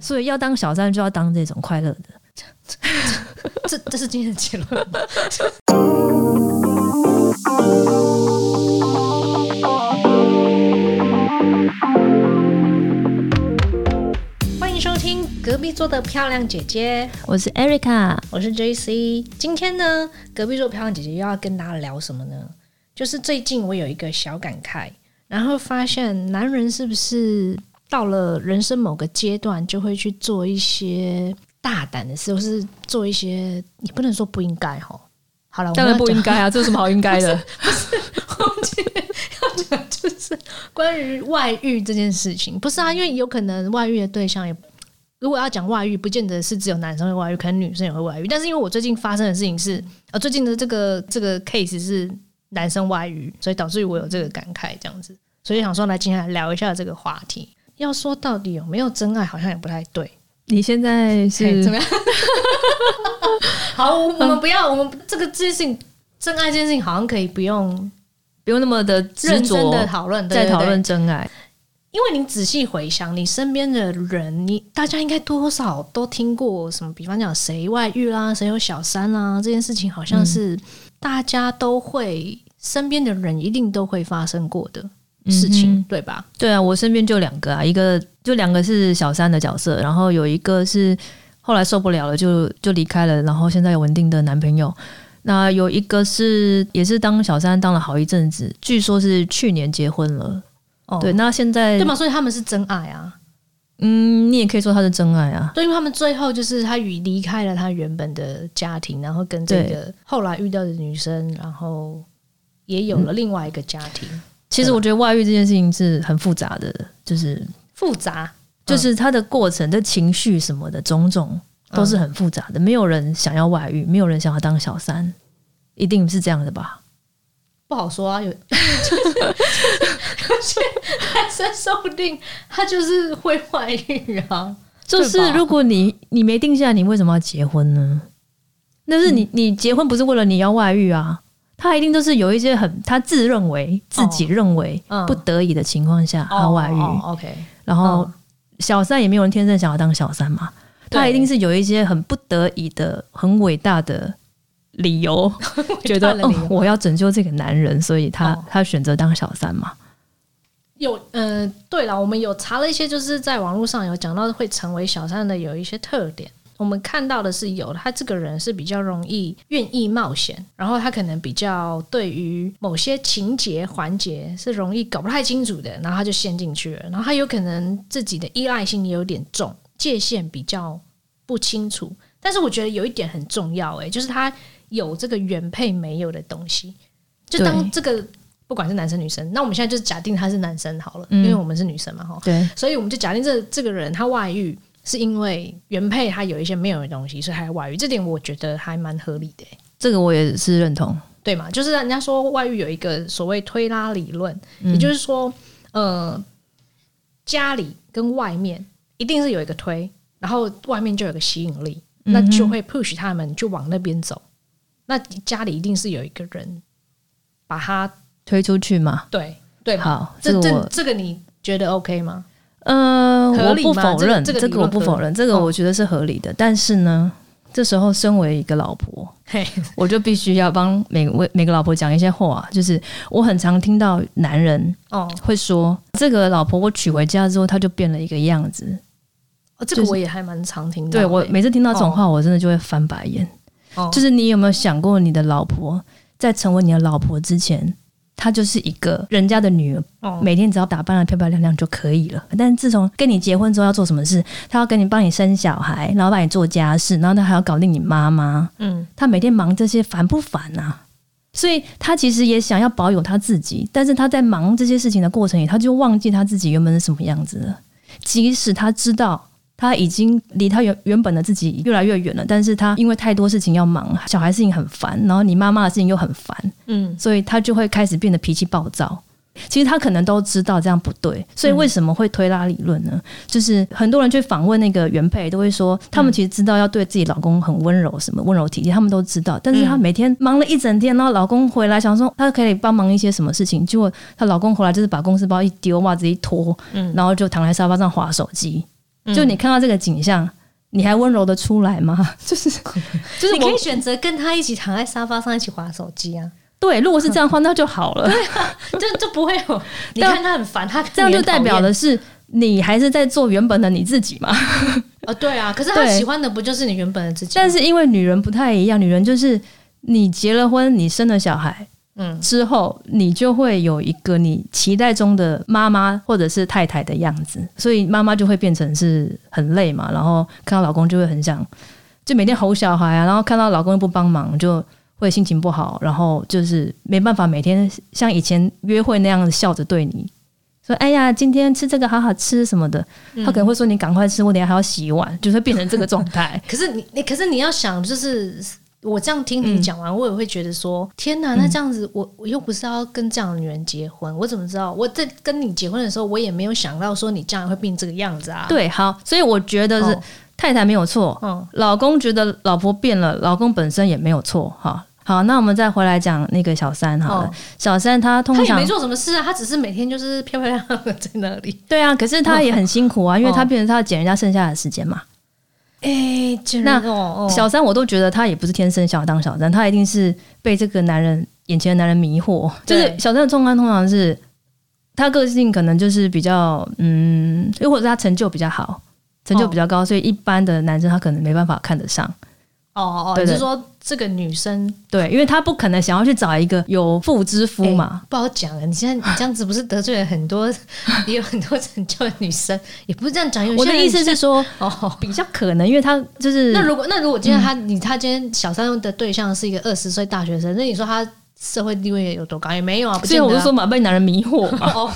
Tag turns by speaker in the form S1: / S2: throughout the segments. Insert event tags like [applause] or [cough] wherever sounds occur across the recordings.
S1: 所以要当小三就要当这种快乐的。
S2: 这这是今天的结论吗？ [laughs] 欢迎收听隔壁桌的漂亮姐姐，
S1: 我是 Erica，
S2: 我是 JC。今天呢，隔壁桌漂亮姐姐又要跟大家聊什么呢？就是最近我有一个小感慨，然后发现男人是不是到了人生某个阶段，就会去做一些大胆的事，或是做一些你不能说不应该哦。好了，我们
S1: 当然
S2: 要
S1: 不
S2: 讲
S1: 应该 [laughs] 啊，这有什么好应该的？
S2: 就是关于外遇这件事情，不是啊，因为有可能外遇的对象也，如果要讲外遇，不见得是只有男生会外遇，可能女生也会外遇。但是因为我呃最近发生的事情是，呃，最近的这个这个 case 是男生外遇，所以导致于我有呃这个感慨这样子，所以想说来今天来聊一下这个话题。要说到底有没有真爱，好像也不太对。
S1: 你现在
S2: 嘿怎
S1: 是
S2: 么样？好，我我们不要，我们这个这件事情，真爱这件事情，好像可以不用
S1: 不用那么的执
S2: 认真
S1: 着
S2: 的讨论，对
S1: 在
S2: 对
S1: 讨
S2: 对
S1: 论真爱。
S2: 因为你仔细回想，你身边的人，你大家应该多少都听过什么，比方讲谁外遇啦，谁有小三啦，这件事情好像是大家都会，身边的人一定都会发生过的事情，
S1: 嗯
S2: 对吧？
S1: 对啊，我身边就两个啊，一个就两个是小三的角色，然后有一个是后来受不了了就就离开了，然后现在有稳定的男朋友。那有一个是也是当小三当了好一阵子，据说是去年结婚了。
S2: 哦
S1: 对，那现在
S2: 对嘛，所以他们是真爱啊，
S1: 嗯，你也可以说他是真爱啊。
S2: 对，因为他们最后就是他与离开了他原本的家庭，然后跟这个后来遇到的女生，然后也有了另外一个家庭，
S1: 其
S2: 嗯
S1: 实我觉得外遇这件事情是很复杂的，就是
S2: 复杂，
S1: 就是他的过程、的情绪什么的种种都是很复
S2: 嗯
S1: 杂的。没有人想要外遇，没有人想要当小三，一定是这样的吧？
S2: 不好
S1: [laughs]
S2: 说啊，有就是有些男生说不定他就是会外遇啊。
S1: 就是如果你你没定下来，你为什么要结婚呢？但是你、
S2: 嗯
S1: 你结婚不是为了你要外遇啊？他一定都是有一些很他自认为自己认为
S2: 嗯
S1: 不得已的情况下他外遇，
S2: 哦哦，OK，
S1: 然后小三也没有人天生想要当小三嘛，
S2: 对
S1: 他一定是有一些很不得已的、很伟大的理
S2: [laughs]
S1: 由，觉得
S2: 伟大的
S1: 哦
S2: 理由，
S1: 我要拯救这个男人，所以他、
S2: 哦
S1: 他选择当小三嘛。
S2: 有呃，对了，我们有查了一些，就是在网络上有讲到会成为小三的有一些特点。我们看到的是有的，他这个人是比较容易愿意冒险，然后他可能比较对于某些情节环节是容易搞不太清楚的，然后他就陷进去了，然后他有可能自己的依赖性也有点重，界限比较不清楚。但是我觉得有一点很重要、欸，诶，就是他有这个原配没有的东西，就当
S1: 对
S2: 这个不管是男生女生，那我们现在就假定他是男生好了，
S1: 嗯
S2: 因为我们是女生嘛，哈，
S1: 对，
S2: 所以我们就假定这这个人他外遇是因为原配他有一些没有的东西，所以他外遇，这点我觉得还蛮合理的、
S1: 这个我也是认同。
S2: 对嘛？就是人家说外遇有一个所谓推拉理论，也就是说，呃，家里跟外面一定是有一个推，然后外面就有个吸引力，那就会 push 他们就往那边走。那家里一定是有一个人把他
S1: 推出去嘛。
S2: 对对嘛
S1: 好，这
S2: 这
S1: 个
S2: 这
S1: 我
S2: 这个你觉得 OK 吗？
S1: 呃，
S2: 合
S1: 我
S2: 理
S1: 不
S2: 吗
S1: 否
S2: 这个
S1: 认，
S2: 这个
S1: 这
S2: 理
S1: 个我
S2: 论
S1: 不
S2: 合
S1: 否
S2: 理哦
S1: 认，这个我觉得是合理的。但是呢，这时候身为一个老婆，
S2: 嘿，
S1: 我就必须要帮每位每个老婆讲一些话。就是我很常听到男人
S2: 哦，
S1: 会说，这个老婆我娶回家之后，她就变了一个样子。
S2: 哦这个
S1: 就是
S2: 我也还蛮常听到的。
S1: 对我每次听到这种话，我真的就会翻白眼。
S2: 嗯哦
S1: 就是你有没有想过，你的老婆在成为你的老婆之前，她就是一个人家的女儿，
S2: 哦
S1: 每天只要打扮的漂漂亮亮就可以了。但自从跟你结婚之后，要做什么事？她要跟你帮你生小孩，然后帮你做家事，然后她还要搞定你妈妈。
S2: 嗯，
S1: 她每天忙这些，烦不烦啊？所以她其实也想要保有她自己，但是她在忙这些事情的过程里，她就忘记她自己原本是什么样子了。即使她知道他已经离他原原本的自己越来越远了，但是他因为太多事情要忙，小孩事情很烦，然后你妈妈的事情又很烦，
S2: 嗯，
S1: 所以他就会开始变得脾气暴躁。其实他可能都知道这样不对，所以为什么会推拉理论呢？就是很多人去访问那个原配，都会说他们其实知道要对自己老公很温柔，什么温柔体贴，他们都知道。但是她每天忙了一整天，然后老公回来想说她可以帮忙一些什么事情，结果她老公回来就是把公司包一丢，袜子一脱，然后就躺在沙发上划手机。就你看到这个景象，你还温柔的出来吗？ [laughs] 就是就是
S2: 你可
S1: 我
S2: 以选择跟他一起躺在沙发上一起划手机啊， [laughs]
S1: 对，如果是这样的话，那就好了。
S2: 就就不会
S1: [laughs]
S2: 有你看他很烦，他
S1: 这样就代表
S2: 了
S1: 的是你还是在做原本的你自己嘛。 [laughs]
S2: 哦，对啊，可是他
S1: 对
S2: 喜欢的不就是你原本的自己吗？
S1: 但是因为女人不太一样，女人就是你结了婚，你生了小孩
S2: 嗯，
S1: 之后，你就会有一个你期待中的妈妈或者是太太的样子，所以妈妈就会变成是很累嘛，然后看到老公就会很想，就每天吼小孩啊，然后看到老公又不帮忙就。会心情不好，然后就是没办法每天像以前约会那样笑着对你说：“哎呀，今天吃这个好好吃什么的。”他可能会说：“你赶快吃，我等一下还要洗碗。”就会变成这个状态。
S2: 可是你你可是你要想，就是我这样听你讲完，我也会觉得说，天
S1: 嗯
S2: 哪，那这样子我我又不是要跟这样的女人结婚，我怎么知道？我在跟你结婚的时候，我也没有想到说你将来会变这个样子啊。，
S1: 对，好，所以我觉得是、
S2: 哦
S1: 太太没有错，
S2: 嗯
S1: 老公觉得老婆变了，老公本身也没有错，哈。好，那我们再回来讲那个小三好了。
S2: 哦
S1: 小三他通
S2: 他也
S1: 常
S2: 没做什么事啊，他只是每天就是漂漂亮亮的在那里。
S1: 对啊，可是他也很辛苦啊，
S2: [laughs]
S1: 因为
S2: 哦
S1: 他变成他要捡人家剩下的时间嘛。
S2: [laughs] 哎、
S1: 那
S2: 哦哦，
S1: 小三我都觉得他也不是天生想要当小三，他一定是被这个男人眼前的男人迷惑。就是
S2: 对
S1: 小三的状况通常是他个性可能就是比较嗯，又或者是他成就比较好，成就比较
S2: 哦
S1: 高，所以一般的男生他可能没办法看得上。
S2: 哦哦，
S1: 对
S2: 就
S1: 对
S2: 是说这个女生
S1: 对，因为他不可能想要去找一个有妇之夫嘛。
S2: 不好讲啊。你现在你这样子不是得罪了很多也有很多成就的女生，也不是这样讲。有些
S1: 我的
S2: 人
S1: 意思是说，
S2: 哦，
S1: 比较可能，因为他就是
S2: 那如果那如果今天他、你他今天小三的对象是一个二十岁大学生，那你说他社会地位有多高？也没有啊，不
S1: 所
S2: 见
S1: 以
S2: 得啊
S1: 我就说嘛，被男人迷惑 [laughs] 嘛，
S2: 哦，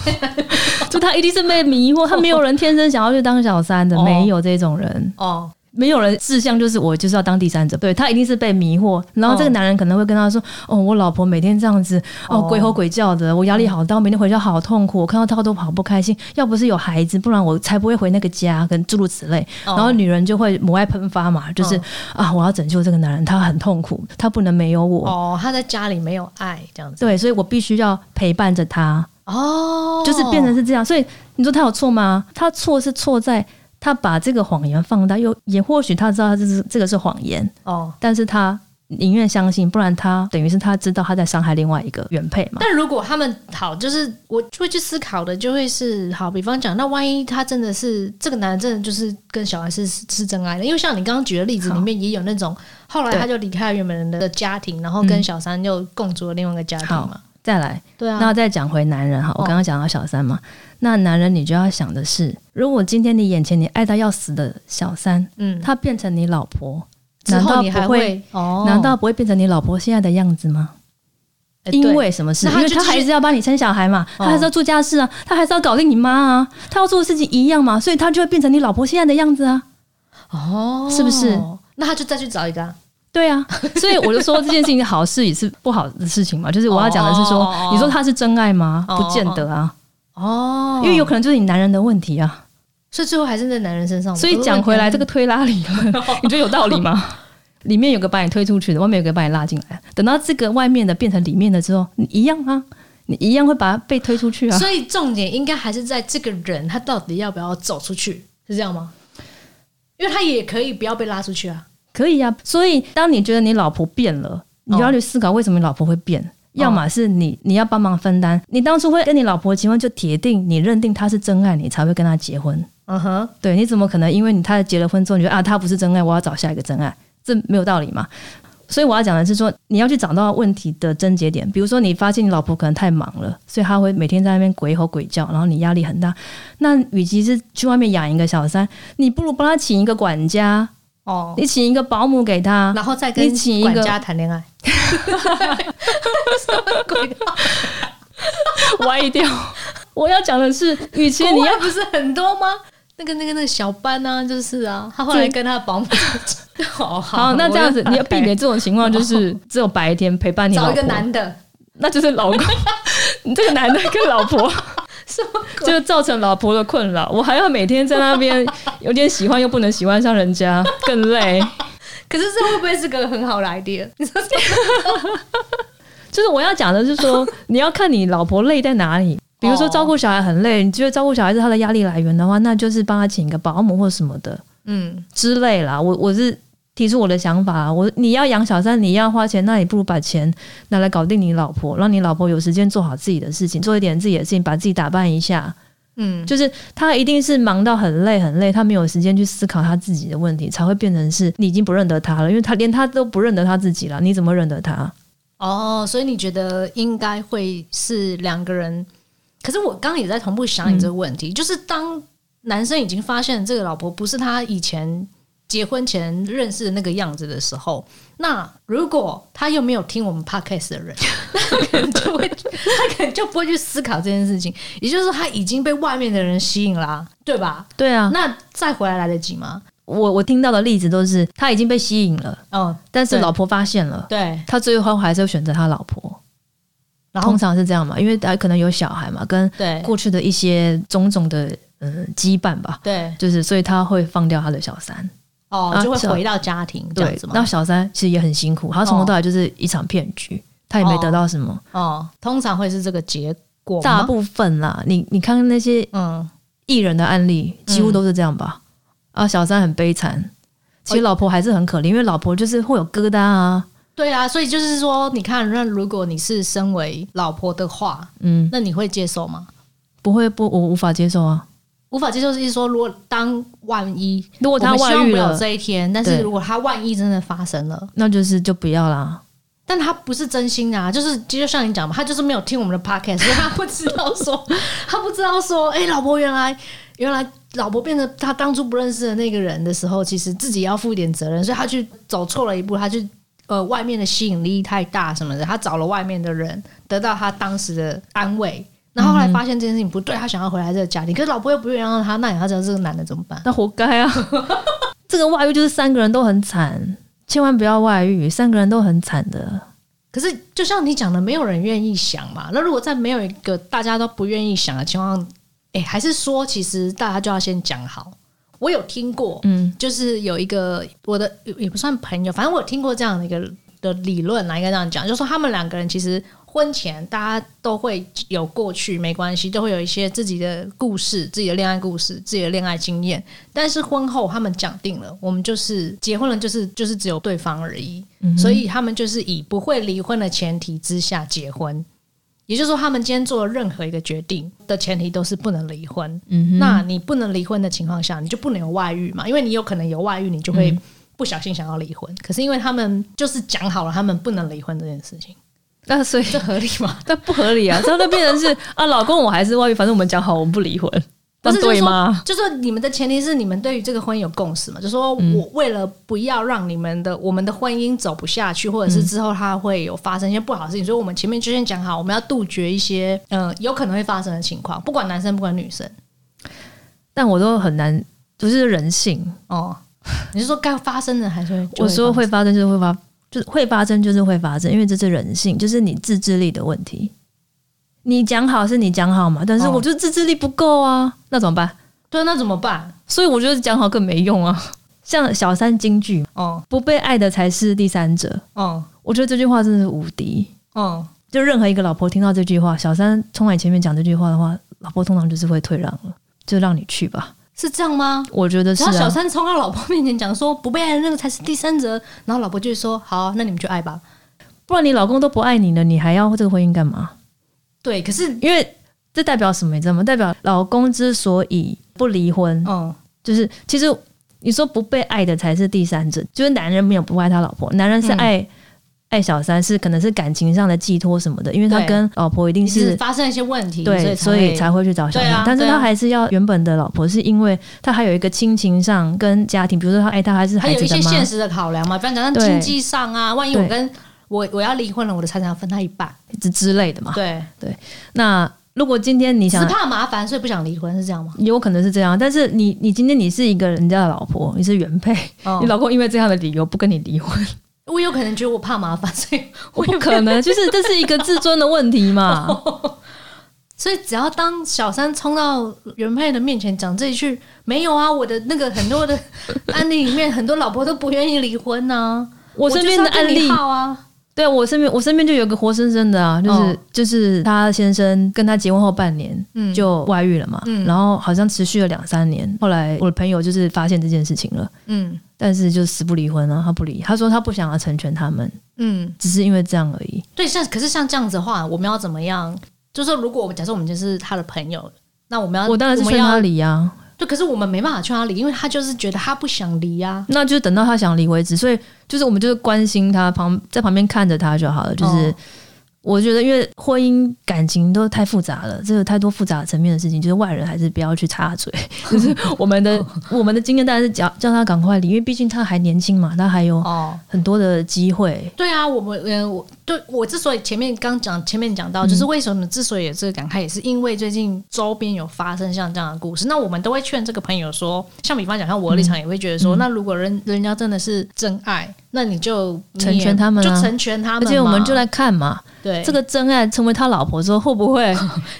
S1: 就他一定是被迷惑，他没有人天生想要去当小三的，
S2: 哦
S1: 没有这种人，
S2: 哦，
S1: 没有人志向就是我就是要当第三者，对他一定是被迷惑，然后这个男人可能会跟他说，哦，我老婆每天这样子，哦，嗯
S2: 哦
S1: 鬼吼鬼叫的，我压力好大，我每天回家好痛苦，我看到她都好不开心，要不是有孩子，不然我才不会回那个家，跟诸如此类，
S2: 然
S1: 然后女人就会母爱喷发嘛，就是、啊，我要拯救这个男人，他很痛苦，他不能没有我。
S2: 哦，他在家里没有爱这样子，
S1: 对，所以我必须要陪伴着他，
S2: 哦，
S1: 就是变成是这样。所以你说他有错吗？他错是错在他把这个谎言放大，又也或许他知道他这是这个是谎言，
S2: 哦。
S1: 但是他宁愿相信，不然他等于是他知道他在伤害另外一个原配嘛。
S2: 但如果他们好，就是我会去思考的，就会是好。比方讲，那万一他真的是这个男人，真的就是跟小孩是是是真爱的，因为像你刚刚举的例子里面，也有那种后来
S1: 对
S2: 他就离开了原本的家庭，然后
S1: 嗯
S2: 跟小三又共组了另外一个家庭
S1: 好
S2: 嘛。
S1: 再来，
S2: 对啊，
S1: 嗯那再讲回男人哈，我
S2: 哦
S1: 刚刚讲到小三嘛，那男人你就要想的是，如果今天你眼前你爱到要死的小三，
S2: 嗯，
S1: 她变成你老婆，
S2: 之
S1: 难
S2: 后
S1: 道
S2: 你还
S1: 不会？
S2: 哦
S1: 难道不会变成你老婆现在的样子吗？
S2: 哎对
S1: 因为什么事？因
S2: 那他
S1: 为
S2: 就
S1: 他
S2: 继续
S1: 还是要帮你生小孩嘛，
S2: 哦
S1: 他还是要做家事啊，他还是要搞定你妈啊，他要做的事情一样嘛，所以他就会变成你老婆现在的样子啊。
S2: 哦，
S1: 是不是？
S2: 那他就再去找一个、啊，
S1: 对
S2: [laughs]
S1: 啊，所以我就说这件事情好事也是不好的事情嘛，就是我要讲的是说，
S2: 哦哦哦
S1: 你说他是真爱吗？
S2: 哦
S1: 不见得啊，
S2: 哦
S1: 因为有可能就是你男人的问题啊。
S2: 所以最后还是在男人身上嘛。
S1: 所以讲回来，
S2: 嗯
S1: 这个推拉理论， [laughs] 你觉得有道理
S2: [laughs]
S1: 吗？里面有个把你推出去的，外面有个把你拉进来。等到这个外面的变成里面的之后，你一样啊，你一样会把它被推出去啊。
S2: 所以重点应该还是在这个人他到底要不要走出去，是这样吗？因为他也可以不要被拉出去啊。
S1: 可以啊。所以当你觉得你老婆变了，你就要去思考为什么你老婆会变。要么是你你要帮忙分担，你当初会跟你老婆结婚，就铁定你认定她是真爱，你才会跟她结婚。
S2: 嗯哼，
S1: 对，你怎么可能因为你他结了婚之后，你觉得啊他不是真爱，我要找下一个真爱，这没有道理嘛？所以我要讲的是说，你要去找到问题的症结点。比如说，你发现你老婆可能太忙了，所以她会每天在那边鬼吼鬼叫，然后你压力很大。那与其是去外面养一个小三，你不如帮她请一个管家，
S2: 哦，
S1: 你请一个保姆给她。
S2: 然后再跟
S1: 你请一个
S2: 管家谈恋爱，
S1: 歪掉。我要讲的是，与 [laughs] 其你
S2: 国
S1: 要
S2: 啊外不是很多吗？那个、那个、那个小班啊，就是啊，他后来跟他的保姆 [laughs] 哦，
S1: 好，那这样
S2: [laughs]
S1: 子
S2: 我就
S1: 你要避免这种情况，就是只有白天陪伴你老
S2: 找
S1: 婆，
S2: 一个男的，
S1: 那就是老公， [laughs] 这个男的跟老婆。
S2: [laughs] 什么鬼？
S1: 就造成老婆的困扰，我还要每天在那边有点喜欢又不能喜欢上人
S2: [laughs]
S1: 家，更累。
S2: 可是这会不会是个很好
S1: [laughs]
S2: 的 idea？你说
S1: 就是我要讲的是说，你要看你老婆累在哪里。比如说
S2: 哦
S1: 照顾小孩很累，你觉得照顾小孩是他的压力来源的话，那就是帮他请个保姆或什么的
S2: 嗯，
S1: 之类啦。我我是提出我的想法啊，我你要养小三，你要花钱，那你不如把钱拿来搞定你老婆，让你老婆有时间做好自己的事情，做一点自己的事情，把自己打扮一下。
S2: 嗯，
S1: 就是他一定是忙到很累很累，他没有时间去思考他自己的问题，才会变成是你已经不认得他了，因为他连他都不认得他自己了，你怎么认得他？
S2: 哦，所以你觉得应该会是两个人？可是我刚刚也在同步想你这个问题，就是当男生已经发现这个老婆不是他以前结婚前认识的那个样子的时候，那如果他又没有听我们 podcast 的人，那他可能就会，他可能就不会去思考这件事情。也就是说，他已经被外面的人吸引啦、对吧？
S1: 对啊，
S2: 那再回来来得及吗？
S1: 我我听到的例子都是他已经被吸引了，
S2: 哦，
S1: 但是
S2: 对
S1: 老婆发现了，
S2: 对，
S1: 他最后还是会选择他老婆。
S2: 然后
S1: 通常是这样嘛，因为他可能有小孩嘛，跟
S2: 对
S1: 过去的一些种种的呃羁绊吧，
S2: 对
S1: 就是所以他会放掉他的小三，
S2: 哦，
S1: 啊
S2: 就会
S1: 是啊
S2: 回到家庭这样
S1: 对
S2: 子，
S1: 那
S2: 吗？
S1: 小三其实也很辛苦，他从头到尾就是一场骗局，他也没得到什么。
S2: 哦，通常会是这个结果吗。
S1: 大部分啦，你你看那些
S2: 嗯，
S1: 艺人的案例，几乎都是这样吧？啊，小三很悲惨，其实老婆还是很可怜，因为老婆就是会有疙瘩啊，
S2: 对啊，所以就是说，你看，那如果你是身为老婆的话，
S1: 嗯，
S2: 那你会接受吗？
S1: 不会不我无法接受啊。
S2: 无法接受，是说，如果当万一
S1: 如果
S2: 我
S1: 他
S2: 们希
S1: 外
S2: 望
S1: 遇
S2: 不了
S1: 了，
S2: 这一天，但
S1: 对
S2: 是如果他万一真的发生了，
S1: 那就是就不要啦。
S2: 但他不是真心啊，就是就像你讲嘛，他就是没有听我们的 podcast，所以他不知道说， [laughs] 他不知道说，哎、老婆原来原来老婆变成他当初不认识的那个人的时候，其实自己要负一点责任，所以他去走错了一步，他去呃外面的吸引力太大什么的，他找了外面的人，得到他当时的安慰。然后后来发现这件事情不对，他想要回来这个家庭，可是老婆又不愿意让他，那你要知道这个男的怎么办？
S1: 那活该啊！ [laughs] 这个外遇就是三个人都很惨，千万不要外遇，三个人都很惨的。
S2: 可是就像你讲的，没有人愿意想嘛。那如果在没有一个大家都不愿意想的情况，哎、还是说其实大家就要先讲好。我有听过，
S1: 嗯，
S2: 就是有一个我的也不算朋友，反正我有听过这样的一个的理论啦，应该这样讲，就说他们两个人其实婚前大家都会有过去，没关系，都会有一些自己的故事、自己的恋爱故事、自己的恋爱经验，但是婚后他们讲定了，我们就是结婚了，就是就是只有对方而已，
S1: 嗯
S2: 所以他们就是以不会离婚的前提之下结婚。也就是说，他们今天做了任何一个决定的前提都是不能离婚。
S1: 嗯哼，
S2: 那你不能离婚的情况下，你就不能有外遇嘛？因为你有可能有外遇，你就
S1: 嗯
S2: 会不小心想要离婚。可是因为他们就是讲好了，他们不能离婚这件事情，
S1: 那所以
S2: 这合理吗？
S1: [laughs] 那不合理啊！这样就变成是啊，老公我还是外遇，反正我们讲好我们不离婚，
S2: 不
S1: 那
S2: 是
S1: 对吗？
S2: 就说你们的前提是你们对于这个婚姻有共识嘛？就说
S1: 嗯
S2: 我为了不要让你们的我们的婚姻走不下去，或者是之后它会有发生一些不好的事情，所以我们前面就先讲好，我们要杜绝一些呃有可能会发生的情况，不管男生不管女生
S1: 但我都很难，就是人性。
S2: 哦。你是说该发生的还是会
S1: 我说
S2: 就
S1: 会发生就是会发，就是会发生就是会发生，因为这是人性，就是你自制力的问题。你讲好是你讲好嘛，但是
S2: 哦
S1: 我就自制力不够啊，那怎么办？
S2: 对，那怎么办？
S1: 所以我觉得讲好更没用啊。像小三京剧，
S2: 哦
S1: 不被爱的才是第三者，
S2: 哦
S1: 我觉得这句话真的是无敌。
S2: 哦
S1: 就任何一个老婆听到这句话，小三冲在你前面讲这句话的话，老婆通常就是会退让了，就让你去吧。
S2: 是这样吗？
S1: 我觉得是、
S2: 然后小
S1: 啊，
S2: 三冲到老婆面前讲说不被爱的那个才是第三者，然后老婆就会说好，那你们去爱吧。
S1: 不然你老公都不爱你了，你还要这个婚姻干嘛？
S2: 对，可是
S1: 因为这代表什么？你知道吗？代表老公之所以不离婚，
S2: 嗯
S1: 就是其实你说不被爱的才是第三者，就是男人没有不爱他老婆，男人是爱、爱小三，是可能是感情上的寄托什么的，因为他
S2: 对
S1: 跟老婆一定
S2: 一直
S1: 是。
S2: 发生一些问题，
S1: 对，所以才
S2: 会
S1: 会去找小三，
S2: 对啊
S1: 但是
S2: 对
S1: 他
S2: 啊
S1: 还是要原本的老婆，是因为他还有一个亲情上跟家庭，比如说他哎，他还是
S2: 还
S1: 孩
S2: 有
S1: 子
S2: 一
S1: 的
S2: 些
S1: 妈，
S2: 现实的考量嘛，比方讲像
S1: 对
S2: 经济上啊，万一我
S1: 对
S2: 跟我我要离婚了，我的财产要分他一半，
S1: 之之类的嘛。
S2: 对，
S1: 那如果今啊天你
S2: 只
S1: 想
S2: 是怕麻烦，所以不想离婚，是这样吗？
S1: 有可能是这样，但是你你今天你是一个人家的老婆，你是原配，
S2: 哦
S1: 你老公因为这样的理由不跟你离婚，
S2: 我有可能觉得我怕麻烦，所以
S1: 我不可能，就是这是一个自尊的问题
S2: [laughs]
S1: 嘛。
S2: 所以只要当小三冲到原配的面前讲这一句“没有啊”，我的那个很多的案例里面，很多老婆都不愿意离婚呢、啊
S1: 我身边的案
S2: 就是要跟
S1: 例
S2: 你，耗啊，
S1: 对我身边，我身边就有个活生生的啊，就是、
S2: 哦
S1: 就是她先生跟她结婚后半年
S2: 嗯
S1: 就外遇了嘛，
S2: 嗯
S1: 然后好像持续了两三年，后来我的朋友就是发现这件事情了，
S2: 嗯
S1: 但是就死不离婚啊，她不离，她说她不想要成全他们，
S2: 嗯，
S1: 只是因为这样而已。
S2: 对，像可是像这样子的话，我们要怎么样？就是说，如果我们假设我们就是他的朋友，那我们要
S1: 我当然是
S2: 我
S1: 劝
S2: 们要
S1: 她离啊，
S2: 对，可是我们没办法劝他离，因为他就是觉得他不想离啊。
S1: 那就是等到她想离为止，所以就是我们就是关心她旁在旁边看着她就好了，就是。
S2: 哦
S1: 我觉得，因为婚姻感情都太复杂了，这有太多复杂层面的事情，就是外人还是不要去插嘴。 [laughs] 就是我们的我们的经验当然是叫叫他赶快离，因为毕竟他还年轻嘛，他还有
S2: 哦，
S1: 很多的机会。
S2: 对啊，我们嗯，我对我之所以前面刚讲前面讲
S1: 嗯
S2: 到，就是为什么之所以有这个感慨，也是因为最近周边有发生像这样的故事，那我们都会劝这个朋友说，像比方讲，像我的立场也会觉得
S1: 嗯
S2: 说，那如果人人家真的是真爱，那你就你也
S1: 成全他们啊
S2: 就成全他
S1: 而
S2: 们嘛，
S1: 且我们就来看嘛，
S2: 对
S1: 这个真爱成为他老婆之后，会不 [laughs] 会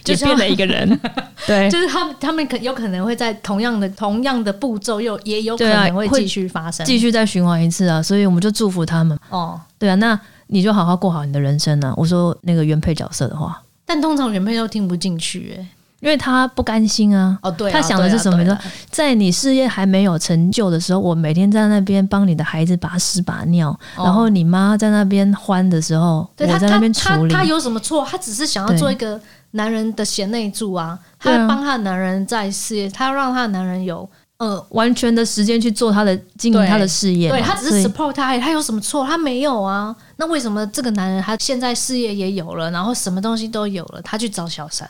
S2: 就
S1: 也
S2: 像
S1: 变了一个人？对
S2: [laughs] 就是他们，他们可有可能会在同样的同样的步骤又也有可
S1: 对啊
S2: 能会
S1: 会
S2: 继续发生。
S1: 继续再循环一次啊！所以我们就祝福他们。
S2: 哦，
S1: 对啊，那你就好好过好你的人生啊！我说那个原配角色的话，
S2: 但通常原配都听不进去、哎，
S1: 因为他不甘心啊。
S2: 哦，对啊、
S1: 他想的是什么
S2: 对啊
S1: 你知在你事业还没有成就的时候，我每天在那边帮你的孩子把屎把尿，
S2: 哦
S1: 然后你妈在那边欢的时候，
S2: 对
S1: 我
S2: 他
S1: 在那边处理
S2: 他他。他有什么错？他只是想要
S1: 对
S2: 做一个男人的贤内助啊，他
S1: 对啊
S2: 要帮他的男人在事业，他要让他的男人有呃。
S1: 完全的时间去做他的经营
S2: 对
S1: 他的事业嘛，
S2: 对他只
S1: 所以
S2: 是 support 他而已，他有什么错？他没有啊。那为什么这个男人他现在事业也有了，然后什么东西都有了，他去找小三，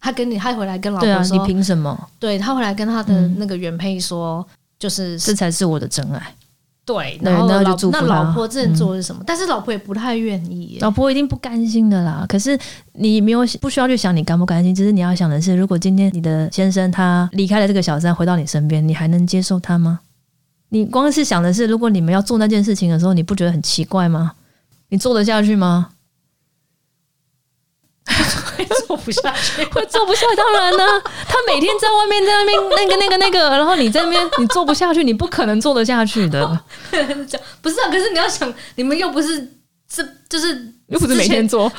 S2: 他跟你，他回来跟老
S1: 对啊
S2: 婆，
S1: 你
S2: 说，
S1: 凭什么？
S2: 对他回来跟他的那个原配说，就是
S1: 这才是我的真爱。
S2: 对，
S1: 对
S2: 然后
S1: 那就
S2: 老
S1: 祝福
S2: 那
S1: 他嗯
S2: 老婆之前做的是什么？但是老婆也不太愿意耶。
S1: 老婆一定不甘心的啦，可是你没有不需要去想你甘不甘心，只是你要想的是，如果今天你的先生他离开了这个小三，回到你身边，你还能接受他吗？你光是想的是，如果你们要做那件事情的时候，你不觉得很奇怪吗？你做得下去吗？
S2: [laughs] 做不下去，
S1: 会做不下，当然呢、 [laughs] 他每天在外面，在那边那个那个那个，然后你在那边，你做不下去，你不可能做得下去的，
S2: 不是啊？可是你要想，你们又不是这，就是
S1: 又不是每天做。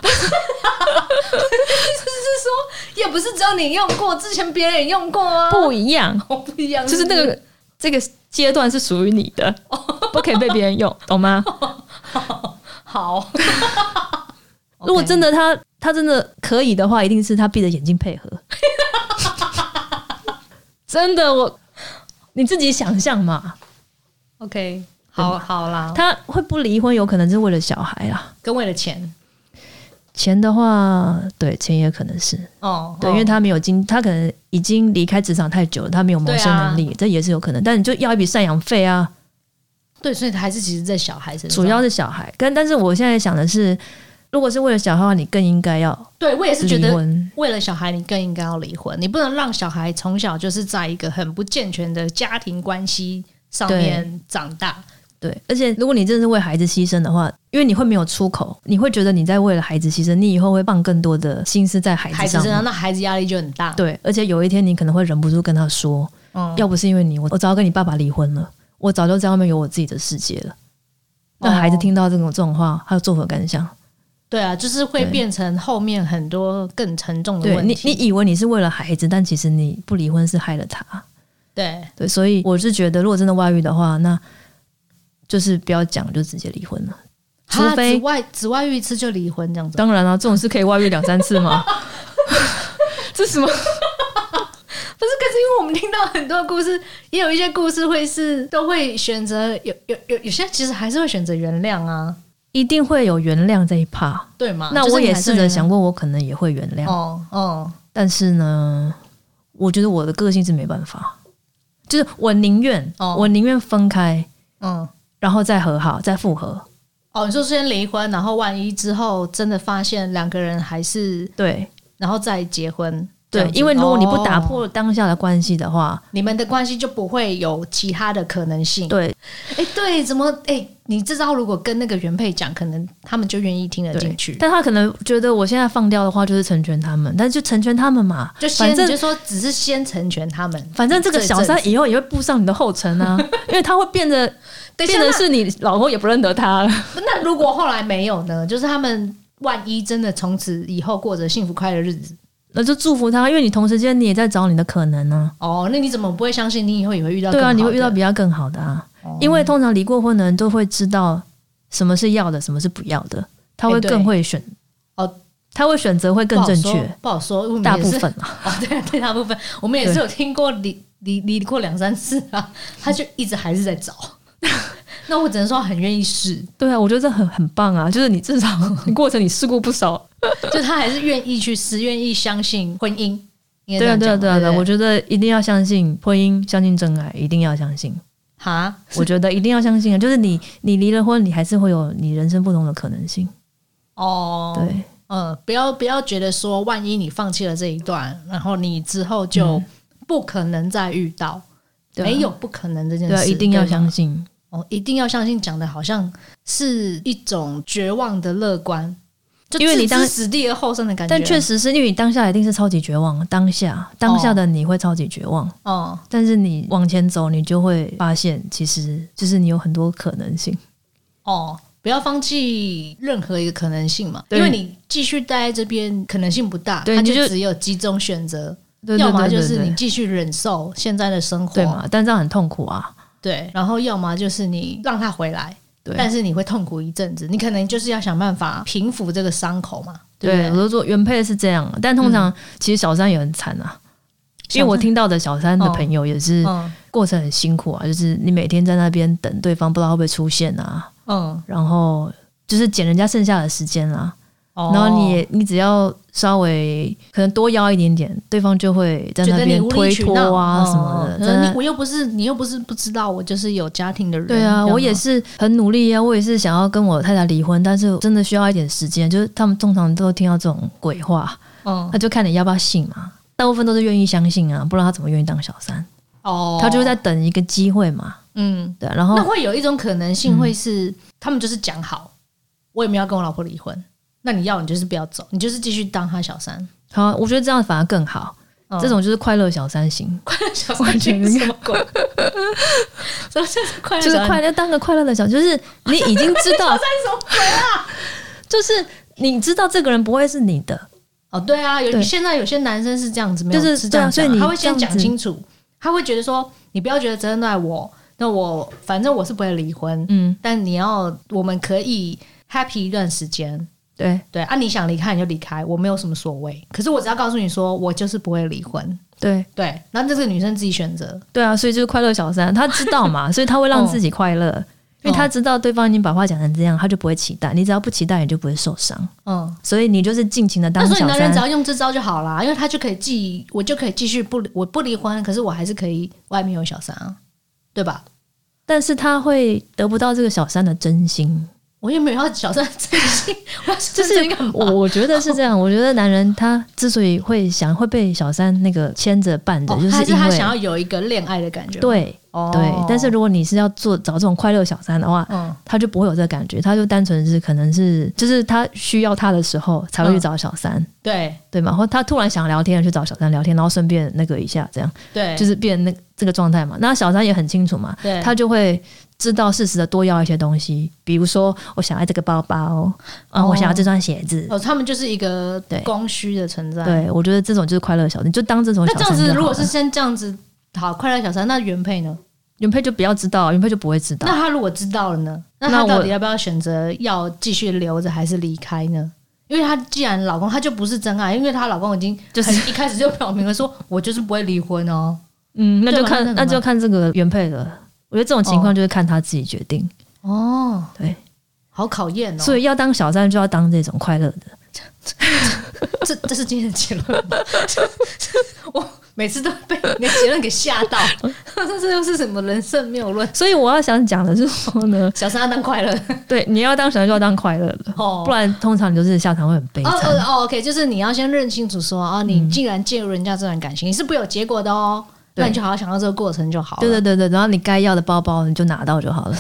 S2: 也不是只有你用过，之前别人也用过啊，
S1: 不一样，
S2: 我不一样，
S1: 就是那个这个阶段是属于你的， [laughs] 不可以被别人用，懂吗？
S2: 好。
S1: [laughs] 如果真
S2: 的
S1: 的他他真的可以的话，一定是他闭着眼睛配合。 [laughs] 真的，我你自己想象嘛，
S2: OK，好
S1: 嗯
S2: 好啦，
S1: 他会不离婚，有可能是为了小孩啦。
S2: 跟为了钱
S1: 钱的话，对钱也可能是
S2: 哦，
S1: 对，
S2: 哦
S1: 因为他没有经，他可能已经离开职场太久了，他没有谋生能
S2: 啊
S1: 力，这也是有可能。但你就要一笔赡养费啊，
S2: 对，所以还是其实在小孩身上，
S1: 主要是小孩。跟但是我现在想的是，如果是为了小孩的话，你更应该要
S2: 对我也是觉
S1: 离
S2: 得。
S1: 婚。
S2: 为了小孩，你更应该要离婚。你不能让小孩从小就是在一个很不健全的家庭关系上面长大。
S1: 对，而且如果你真的是为孩子牺牲的话，因为你会没有出口，你会觉得你在为了孩子牺牲，你以后会放更多的心思在孩
S2: 孩
S1: 子
S2: 子
S1: 上
S2: 身上，
S1: 面。
S2: 那孩子压力就很大。
S1: 对，而且有一天你可能会忍不住跟他说，
S2: 嗯，
S1: 要不是因为你，我我早跟你爸爸离婚了，我早就在外面有我自己的世界了。那孩子
S2: 哦
S1: 听到这种这种话，他作何感想？
S2: 对啊，就是会
S1: 对
S2: 变成后面很多更沉重的
S1: 对
S2: 问
S1: 你，
S2: 题。
S1: 你以为你是为了孩子，但其实你不离婚是害了他。
S2: 对
S1: 对，所以我是觉得，如果真的外遇的话，那就是不要讲，就直接离婚了。除
S2: 他
S1: 非
S2: 只啊外只外遇一次就离婚这样子。
S1: 当然了、啊这种事可以外遇两三次吗？ [laughs] 这
S2: [laughs]
S1: 什么？
S2: 不是，可是因为我们听到很多故事，也有一些故事会是都会选择有有有有些其实还是会选择原谅啊，
S1: 一定会有原谅这一趴。
S2: 对吗？
S1: 那
S2: 啊就是
S1: 我
S2: 你
S1: 也
S2: 还是
S1: 试
S2: 会
S1: 着
S2: 原谅
S1: 想过，我可能也会原谅，
S2: 哦哦，
S1: 但是呢，我觉得我的个性是没办法，就是我宁愿、
S2: 哦
S1: 我宁愿分开，
S2: 嗯。
S1: 然后再和好，再复合。
S2: 哦，你说先离婚，然后万一之后真的发现两个人还是，
S1: 对，
S2: 然后再结婚，这
S1: 对
S2: 样，子
S1: 因为如果你不打
S2: 哦
S1: 破当下的关系的话，
S2: 你们的关系就不会有其他的可能性。
S1: 对
S2: 哎、对，怎么哎、你这招如果跟那个原配讲，可能他们就愿意听得进
S1: 对
S2: 去，。
S1: 但他可能觉得我现在放掉的话，就是成全他们，但就成全他们嘛，
S2: 就
S1: 反
S2: 先
S1: 正
S2: 就说只是先成全他们。
S1: 反正这个小三以后也会步上你的后尘
S2: [laughs]
S1: 啊，因为他会变得
S2: 等一下
S1: 变得是你老公也不认得他了。
S2: 那如果后来没有呢？就是他们万一真的从此以后过着幸福快乐日子，
S1: 那就祝福他，因为你同时间你也在找你的可能呢、
S2: 哦，那你怎么不会相信你以后也会遇到
S1: 啊。
S2: 更
S1: 对
S2: 好
S1: 啊，
S2: 的？哦
S1: 你会遇到比他更好的啊。因为通常离过婚的人都会知道什么是要的，什么是不要的，他
S2: 哎
S1: 会
S2: 对
S1: 更会选
S2: 哦，
S1: 他会选择会更正确，
S2: 不好说，不好说
S1: 大部。
S2: 我们也是
S1: 分啊，
S2: [laughs] 哦，对对，大部分我们也是有听过离离离过两三次啊，他就一直还是
S1: [laughs]
S2: 在找。那我只能说很愿意试，
S1: 对啊，我觉得这很很棒啊，就是你至
S2: [laughs]
S1: 少你过程你试过不少，
S2: 就他还是愿意去试，愿意相信婚姻。应该这
S1: 对啊，
S2: 样
S1: 对啊，
S2: 讲
S1: 对啊，对啊，
S2: 不
S1: 我觉得一定要相信婚姻，相信真爱，一定要相信，
S2: 哈，
S1: 我觉得一定要相信啊，就是你你离了婚，你还是会有你人生不同的可能性，
S2: 哦，
S1: 对，
S2: 嗯，不要不要觉得说，万一你放弃了这一段，然后你之后就不可能再遇到，
S1: 嗯对啊
S2: 没有不可能这件事，
S1: 对啊，一定要
S2: 对吗
S1: 相信，
S2: 哦，一定要相信，讲的好像是一种绝望的乐观，就
S1: 因为你
S2: 置之
S1: 当
S2: 死地而后生的感觉，啊
S1: 但确实是因为你当下一定是超级绝望，当下当下的你会超级绝望。
S2: 哦，
S1: 但是你往前走，你就会发现，其实就是你有很多可能性。
S2: 哦，不要放弃任何一个可能性嘛，
S1: 对
S2: 因为你继续待在这边可能性不大，
S1: 对
S2: 它
S1: 你
S2: 就
S1: 就
S2: 只有几种选择，
S1: 对
S2: 要
S1: 对
S2: 么
S1: 对对
S2: 就是你
S1: 对，
S2: 继续忍受现在的生活，
S1: 对嘛？但这样很痛苦啊。
S2: 对然后要么就是你让他回来，
S1: 对
S2: 但是你会痛苦一阵子，你可能就是要想办法平复这个伤口嘛，不
S1: 对，我都说原配是这样，但通
S2: 嗯
S1: 常其实小三也很惨啊。因为我听到的小三的朋友也是
S2: 嗯
S1: 过程很辛苦啊，就是你每天在那边等对方不知道会不会出现啊，
S2: 嗯，
S1: 然后就是捡人家剩下的时间啊，
S2: 哦
S1: 然后你也你只要稍微可能多邀一点点，对方就会在
S2: 觉
S1: 那
S2: 得你
S1: 边
S2: 无
S1: 推
S2: 理取
S1: 脱
S2: 闹
S1: 啊
S2: 嗯
S1: 什么的，
S2: 可
S1: 在
S2: 能
S1: 那
S2: 你我又不是你又不是不知道，我就是有家庭的人。
S1: 对
S2: 这样
S1: 啊，
S2: 吗
S1: 我也是很努力啊，我也是想要跟我太太离婚，但是真的需要一点时间。就是他们通常都听到这种鬼话，
S2: 嗯
S1: 那就看你要不要信嘛。大部分都是愿意相信啊，不然他怎么愿意当小三？
S2: 哦，
S1: 他就是在等一个机会嘛。
S2: 嗯，
S1: 对啊、然后
S2: 那会有一种可能性会是、他们就是讲好，我也没有要跟我老婆离婚，那你要你就是不要走，你就是继续当他小三。
S1: 好啊，我觉得这样反而更好。
S2: 嗯
S1: 这种就是快乐小三型， [laughs]
S2: 小
S1: 我
S2: 三
S1: 觉得
S2: 是 [laughs] 什么鬼？什么叫做快乐
S1: 就是
S2: 小三？
S1: 快乐当个快乐的小，就是你已经知
S2: [laughs]
S1: 道
S2: 什么鬼？
S1: 就是你知道这个人不会是你的，
S2: 哦，对啊，有
S1: 对
S2: 现在有些男生是这样子，没有
S1: 就是
S2: 这
S1: 对啊
S2: 样
S1: 所以
S2: 讲
S1: 你
S2: 他会先
S1: 这样
S2: 讲
S1: 子
S2: 清楚，他会觉得说你不要觉得责任都在我，那我反正我是不会离婚，
S1: 嗯，
S2: 但你要我们可以 happy 一段时间，
S1: 对
S2: 对啊，你想离开你就离开，我没有什么所谓。可是我只要告诉你说，我就是不会离婚，
S1: 对
S2: 对，那这个女生自己选择，
S1: 对啊，所以就是快乐小三，他知道
S2: [laughs]
S1: 嘛，所以他会
S2: 哦
S1: 让自己快乐，因为他知道对方已经把话讲成这样，他就不会期待，你只要不期待，你就不会受伤，
S2: 嗯，
S1: 所以你就是尽情的当
S2: 那所以
S1: 小
S2: 男人只
S1: 三。
S2: 要用这招就好啦，因为他就可以继，我就可以继续不，我不离婚，可是我还是可以外面有小三啊，对吧？
S1: 但是他会得不到这个小三的真心，
S2: 我也没有要小三真心， [laughs] 我
S1: 就
S2: 就是
S1: 我我觉得是这样，我觉得男人他之所以会想会被小三那个牵着绊着，
S2: 哦
S1: 就
S2: 还是
S1: 因
S2: 他
S1: 为
S2: 想要有一个恋爱的感觉，，
S1: 对
S2: 哦
S1: 对，但是如果你是要做找这种快乐小三的话，
S2: 嗯，
S1: 他就不会有这个感觉，他就单纯是可能是就是他需要他的时候才会去
S2: 嗯
S1: 找小三。
S2: 对
S1: 对嘛？或他突然想聊天，去找小三聊天，然后顺便那个一下，这样
S2: 对，
S1: 就是变那这个状态嘛。那小三也很清楚嘛，
S2: 对
S1: 他就会知道适时的多要一些东西，比如说我想要这个包包，然后我想要这双鞋子。
S2: 哦，他们就是一个
S1: 对
S2: 供需的存在，
S1: 对，我觉得这种就是快乐小三，你就当这种
S2: 那
S1: 小
S2: 这
S1: 三
S2: 样
S1: 就
S2: 子，
S1: 好
S2: 如果
S1: 了
S2: 是先这样子，好，快乐小三，那原配呢？
S1: 原配就不要知道，原配就不会知道
S2: 那。他如果知道了呢？那
S1: 那
S2: 他
S1: 我
S2: 到底要不要选择要继续留着还是离开呢？因为她既然老公，她就不是真爱，因为她老公已经
S1: 就是
S2: 很一开始就表明了说，我就是不会离婚哦。
S1: 嗯，那就
S2: 对吧那
S1: 看
S2: 怎么
S1: 那就看这个原配了。我觉得这种情况就是看他自己决定。
S2: 哦，
S1: 对，
S2: 好考验哦。
S1: 所以要当小三就要当这种快乐的。
S2: [laughs] 这这是今天的结论吗？我每次都被你的结论给吓 [laughs] 到，这这又是什么人生谬论？
S1: 所以我要想讲的是说呢， [laughs]
S2: 小三要当快乐
S1: 对，你要当小人就要当快乐的，
S2: 哦
S1: 不然通常你就是下场会很悲
S2: 哦
S1: 惨。
S2: 哦哦，OK，就是你要先认清楚说，哦，你既然介入人家这段感情，你是不会有结果的哦。
S1: 对
S2: 那你就好好享受这个过程就好了。
S1: 对对对对，然后你该要的包包你就拿到就好
S2: [laughs]
S1: 了。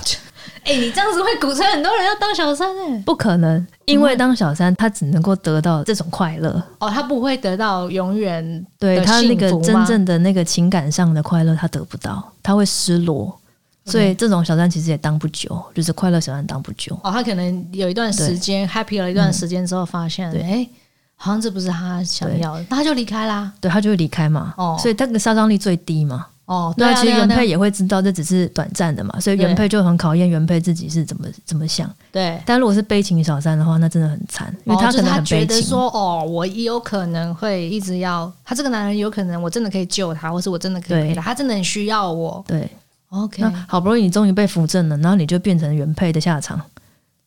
S2: 哎、你这样子会鼓吹很多人要当小三哎、
S1: 不可能，因为当小三他只能够得到这种快乐，
S2: 哦，他不会得到永远
S1: 对
S2: 的
S1: 他那个
S2: 幸福
S1: 真
S2: 吗
S1: 正的那个情感上的快乐他得不到，他会失落。所以这种小三其实也当不久，就是快乐小三当不久。
S2: 哦，他可能有一段时间 happy 了一段时间之后，发现哎、
S1: 对
S2: 好像这不是他想要的，那他就离开啦。
S1: 对他就会离开嘛，
S2: 哦
S1: 所以那个杀伤力最低嘛。
S2: 哦，对
S1: 那
S2: 啊，
S1: 其实
S2: 对啊
S1: 原
S2: 对啊
S1: 配也会知道这只是短暂的嘛，所以原
S2: 对
S1: 配就很考验原配自己是怎么怎么想。
S2: 对，
S1: 但如果是悲情小三的话，那真的很惨，因
S2: 哦
S1: 为他
S2: 就是
S1: 可能
S2: 他
S1: 很
S2: 觉
S1: 悲
S2: 得
S1: 情。
S2: 说哦，我也有可能会一直要他这个男人，有可能我真的可以救他，或是我真的可以
S1: 对
S2: 陪他，他真的很需要我。
S1: 对，
S2: OK，
S1: 那好不容易你终于被扶正了，然后你就变成原配的下场。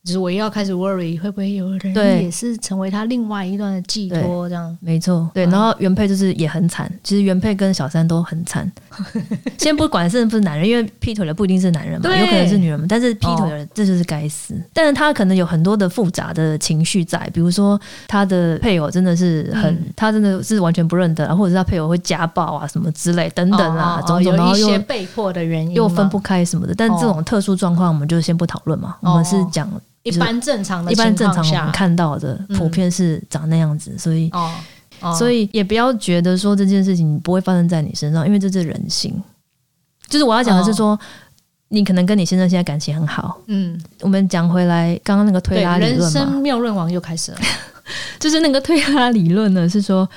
S2: 就是我又要开始 worry，会不会有人
S1: 对
S2: 也是成为他另外一段的寄托？这样
S1: 没错，对，
S2: 嗯
S1: 然后原配就是也很惨，其实原配跟小三都很
S2: [laughs]
S1: 惨。先不管是不是男人，因为劈腿的不一定是男人嘛，
S2: 对哦
S1: 有可能是女人嘛，但是劈腿的人、这就是该死。但是他可能有很多的复杂的情绪在，比如说他的配偶真的是很，
S2: 嗯
S1: 他真的是完全不认得，或者是他配偶会家暴啊什么之类等等啊，
S2: 哦哦
S1: 种种，然
S2: 有
S1: 后
S2: 一些
S1: 又
S2: 被迫的原因嘛，
S1: 又分不开什么的。但这种特殊状况，我们就先不讨论嘛，我们是
S2: 哦
S1: 讲
S2: 一般正常的
S1: 一般
S2: 情
S1: 正
S2: 况
S1: 常我们
S2: 下，
S1: 看到的，
S2: 嗯
S1: 普遍是长那样子，所以。
S2: 哦，哦
S1: 所以也不要觉得说这件事情不会发生在你身上，因为这是人性。就是我要讲的是
S2: 哦
S1: 说，你可能跟你先生现在感情很好。
S2: 嗯，
S1: 我们讲回来刚刚那个推
S2: 对，
S1: 拉理
S2: 人
S1: 论嘛
S2: 生，谬论王又开始了。
S1: 就是那个推拉理论呢，是说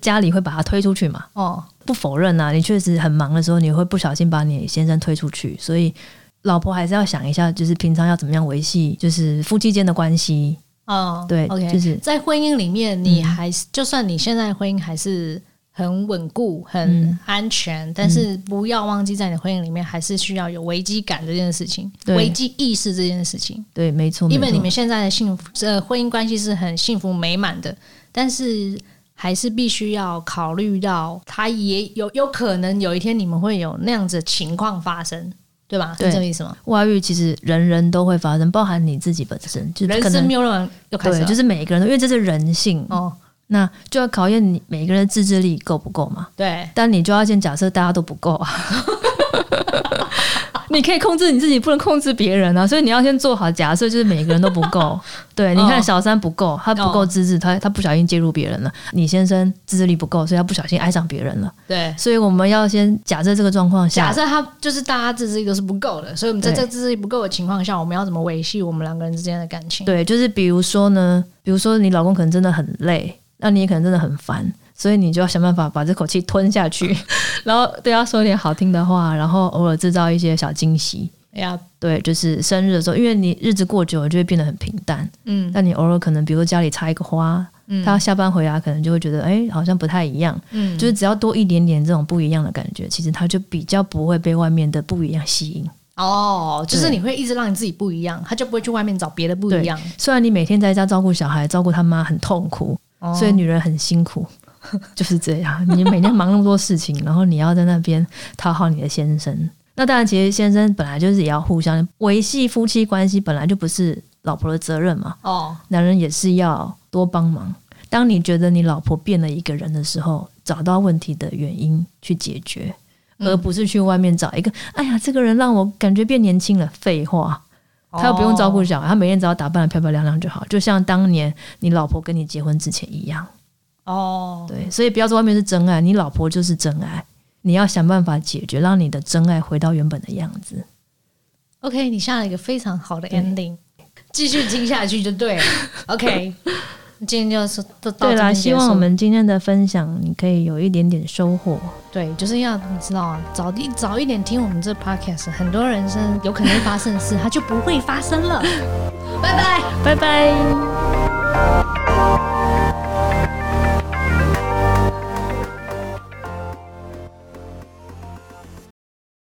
S1: 家里会把他推出去嘛？
S2: 哦，
S1: 不否认啊，你确实很忙的时候，你会不小心把你先生推出去，所以老婆还是要想一下，就是平常要怎么样维系，就是夫妻间的关系。
S2: 哦，
S1: 对
S2: ，OK，
S1: 就是
S2: 在婚姻里面，你还是、就算你现在婚姻还是很稳固、很
S1: 嗯
S2: 安全，但是不要忘记，在你婚姻里面还是需要有危机感这件事情，
S1: 对
S2: 危机意识这件事情。
S1: 对，没错，
S2: 因为
S1: 没
S2: 你
S1: 错
S2: 们现在的幸福，这、婚姻关系是很幸福美满的，但是。还是必须要考虑到，他也有有可能有一天你们会有那样子的情况发生，对吧？是
S1: 对
S2: 这个意思吗？
S1: 外遇其实人人都会发生，包含你自己本身，就
S2: 人
S1: 可能
S2: 生谬论王又开始
S1: 对，
S2: 了，
S1: 就是每一个人都，因为这是人性，
S2: 哦，
S1: 那就要考验你每一个人的自制力够不够嘛。
S2: 对，
S1: 但你就要先假设大家都不
S2: [laughs]
S1: 够啊。你可以控制你自己，不能控制别人啊，所以你要先做好假设，就是每个人都不
S2: [laughs]
S1: 够。对，你
S2: 哦
S1: 看小三不够，他不够
S2: 哦
S1: 自制，他他不小心介入别人了。你先生自制力不够，所以他不小心爱上别人了。
S2: 对。
S1: 所以我们要先假设这个状况下，
S2: 假设他就是大家自制力都是不够的，所以我们在
S1: 对
S2: 这个自制力不够的情况下，我们要怎么维系我们两个人之间的感情？
S1: 对，就是比如说呢，比如说你老公可能真的很累，那你也可能真的很烦，所以你就要想办法把这口气吞下去， [laughs] 然后对他说一点好听的话，然后偶尔制造一些小惊喜。
S2: 呀，
S1: 对，就是生日的时候，因为你日子过久了就会变得很平淡。
S2: 嗯
S1: 但你偶尔可能，比如说家里插一个花，
S2: 嗯，
S1: 他下班回来可能就会觉得，哎、好像不太一样。
S2: 嗯
S1: 就是只要多一点点这种不一样的感觉，其实他就比较不会被外面的不一样吸引。
S2: 哦，就是
S1: 对
S2: 你会一直让你自己不一样，他就不会去外面找别的不一样。
S1: 虽然你每天在家照顾小孩、照顾他妈很痛苦，
S2: 哦
S1: 所以女人很辛苦， [laughs] 就是这样。你每天忙那么多事情，然后你要在那边讨好你的先生。那当然，其实先生本来就是也要互相维系夫妻关系，本来就不是老婆的责任嘛。
S2: 哦，
S1: 男人也是要多帮忙。当你觉得你老婆变了一个人的时候，找到问题的原因去解决，
S2: 嗯
S1: 而不是去外面找一个。哎呀，这个人让我感觉变年轻了。废话，他又不用照顾
S2: 哦
S1: 小孩，他每天只要打扮的漂漂亮亮就好，就像当年你老婆跟你结婚之前一样。
S2: 哦，
S1: 对，所以不要说外面是真爱，你老婆就是真爱，你要想办法解决，让你的真爱回到原本的样子。
S2: OK，你下了一个非常好的 ending，继续听下去就对了。OK，今天就是都到
S1: 对
S2: 这
S1: 啦，
S2: 边结
S1: 希
S2: 束
S1: 望我们今天的分享你可以有一点点收获。
S2: 对，就是要你知道啊，早一早一点听我们这 podcast，很多人生有可能会
S1: [laughs]
S2: 发生的事，它就不会发生了。拜拜。
S1: 拜拜。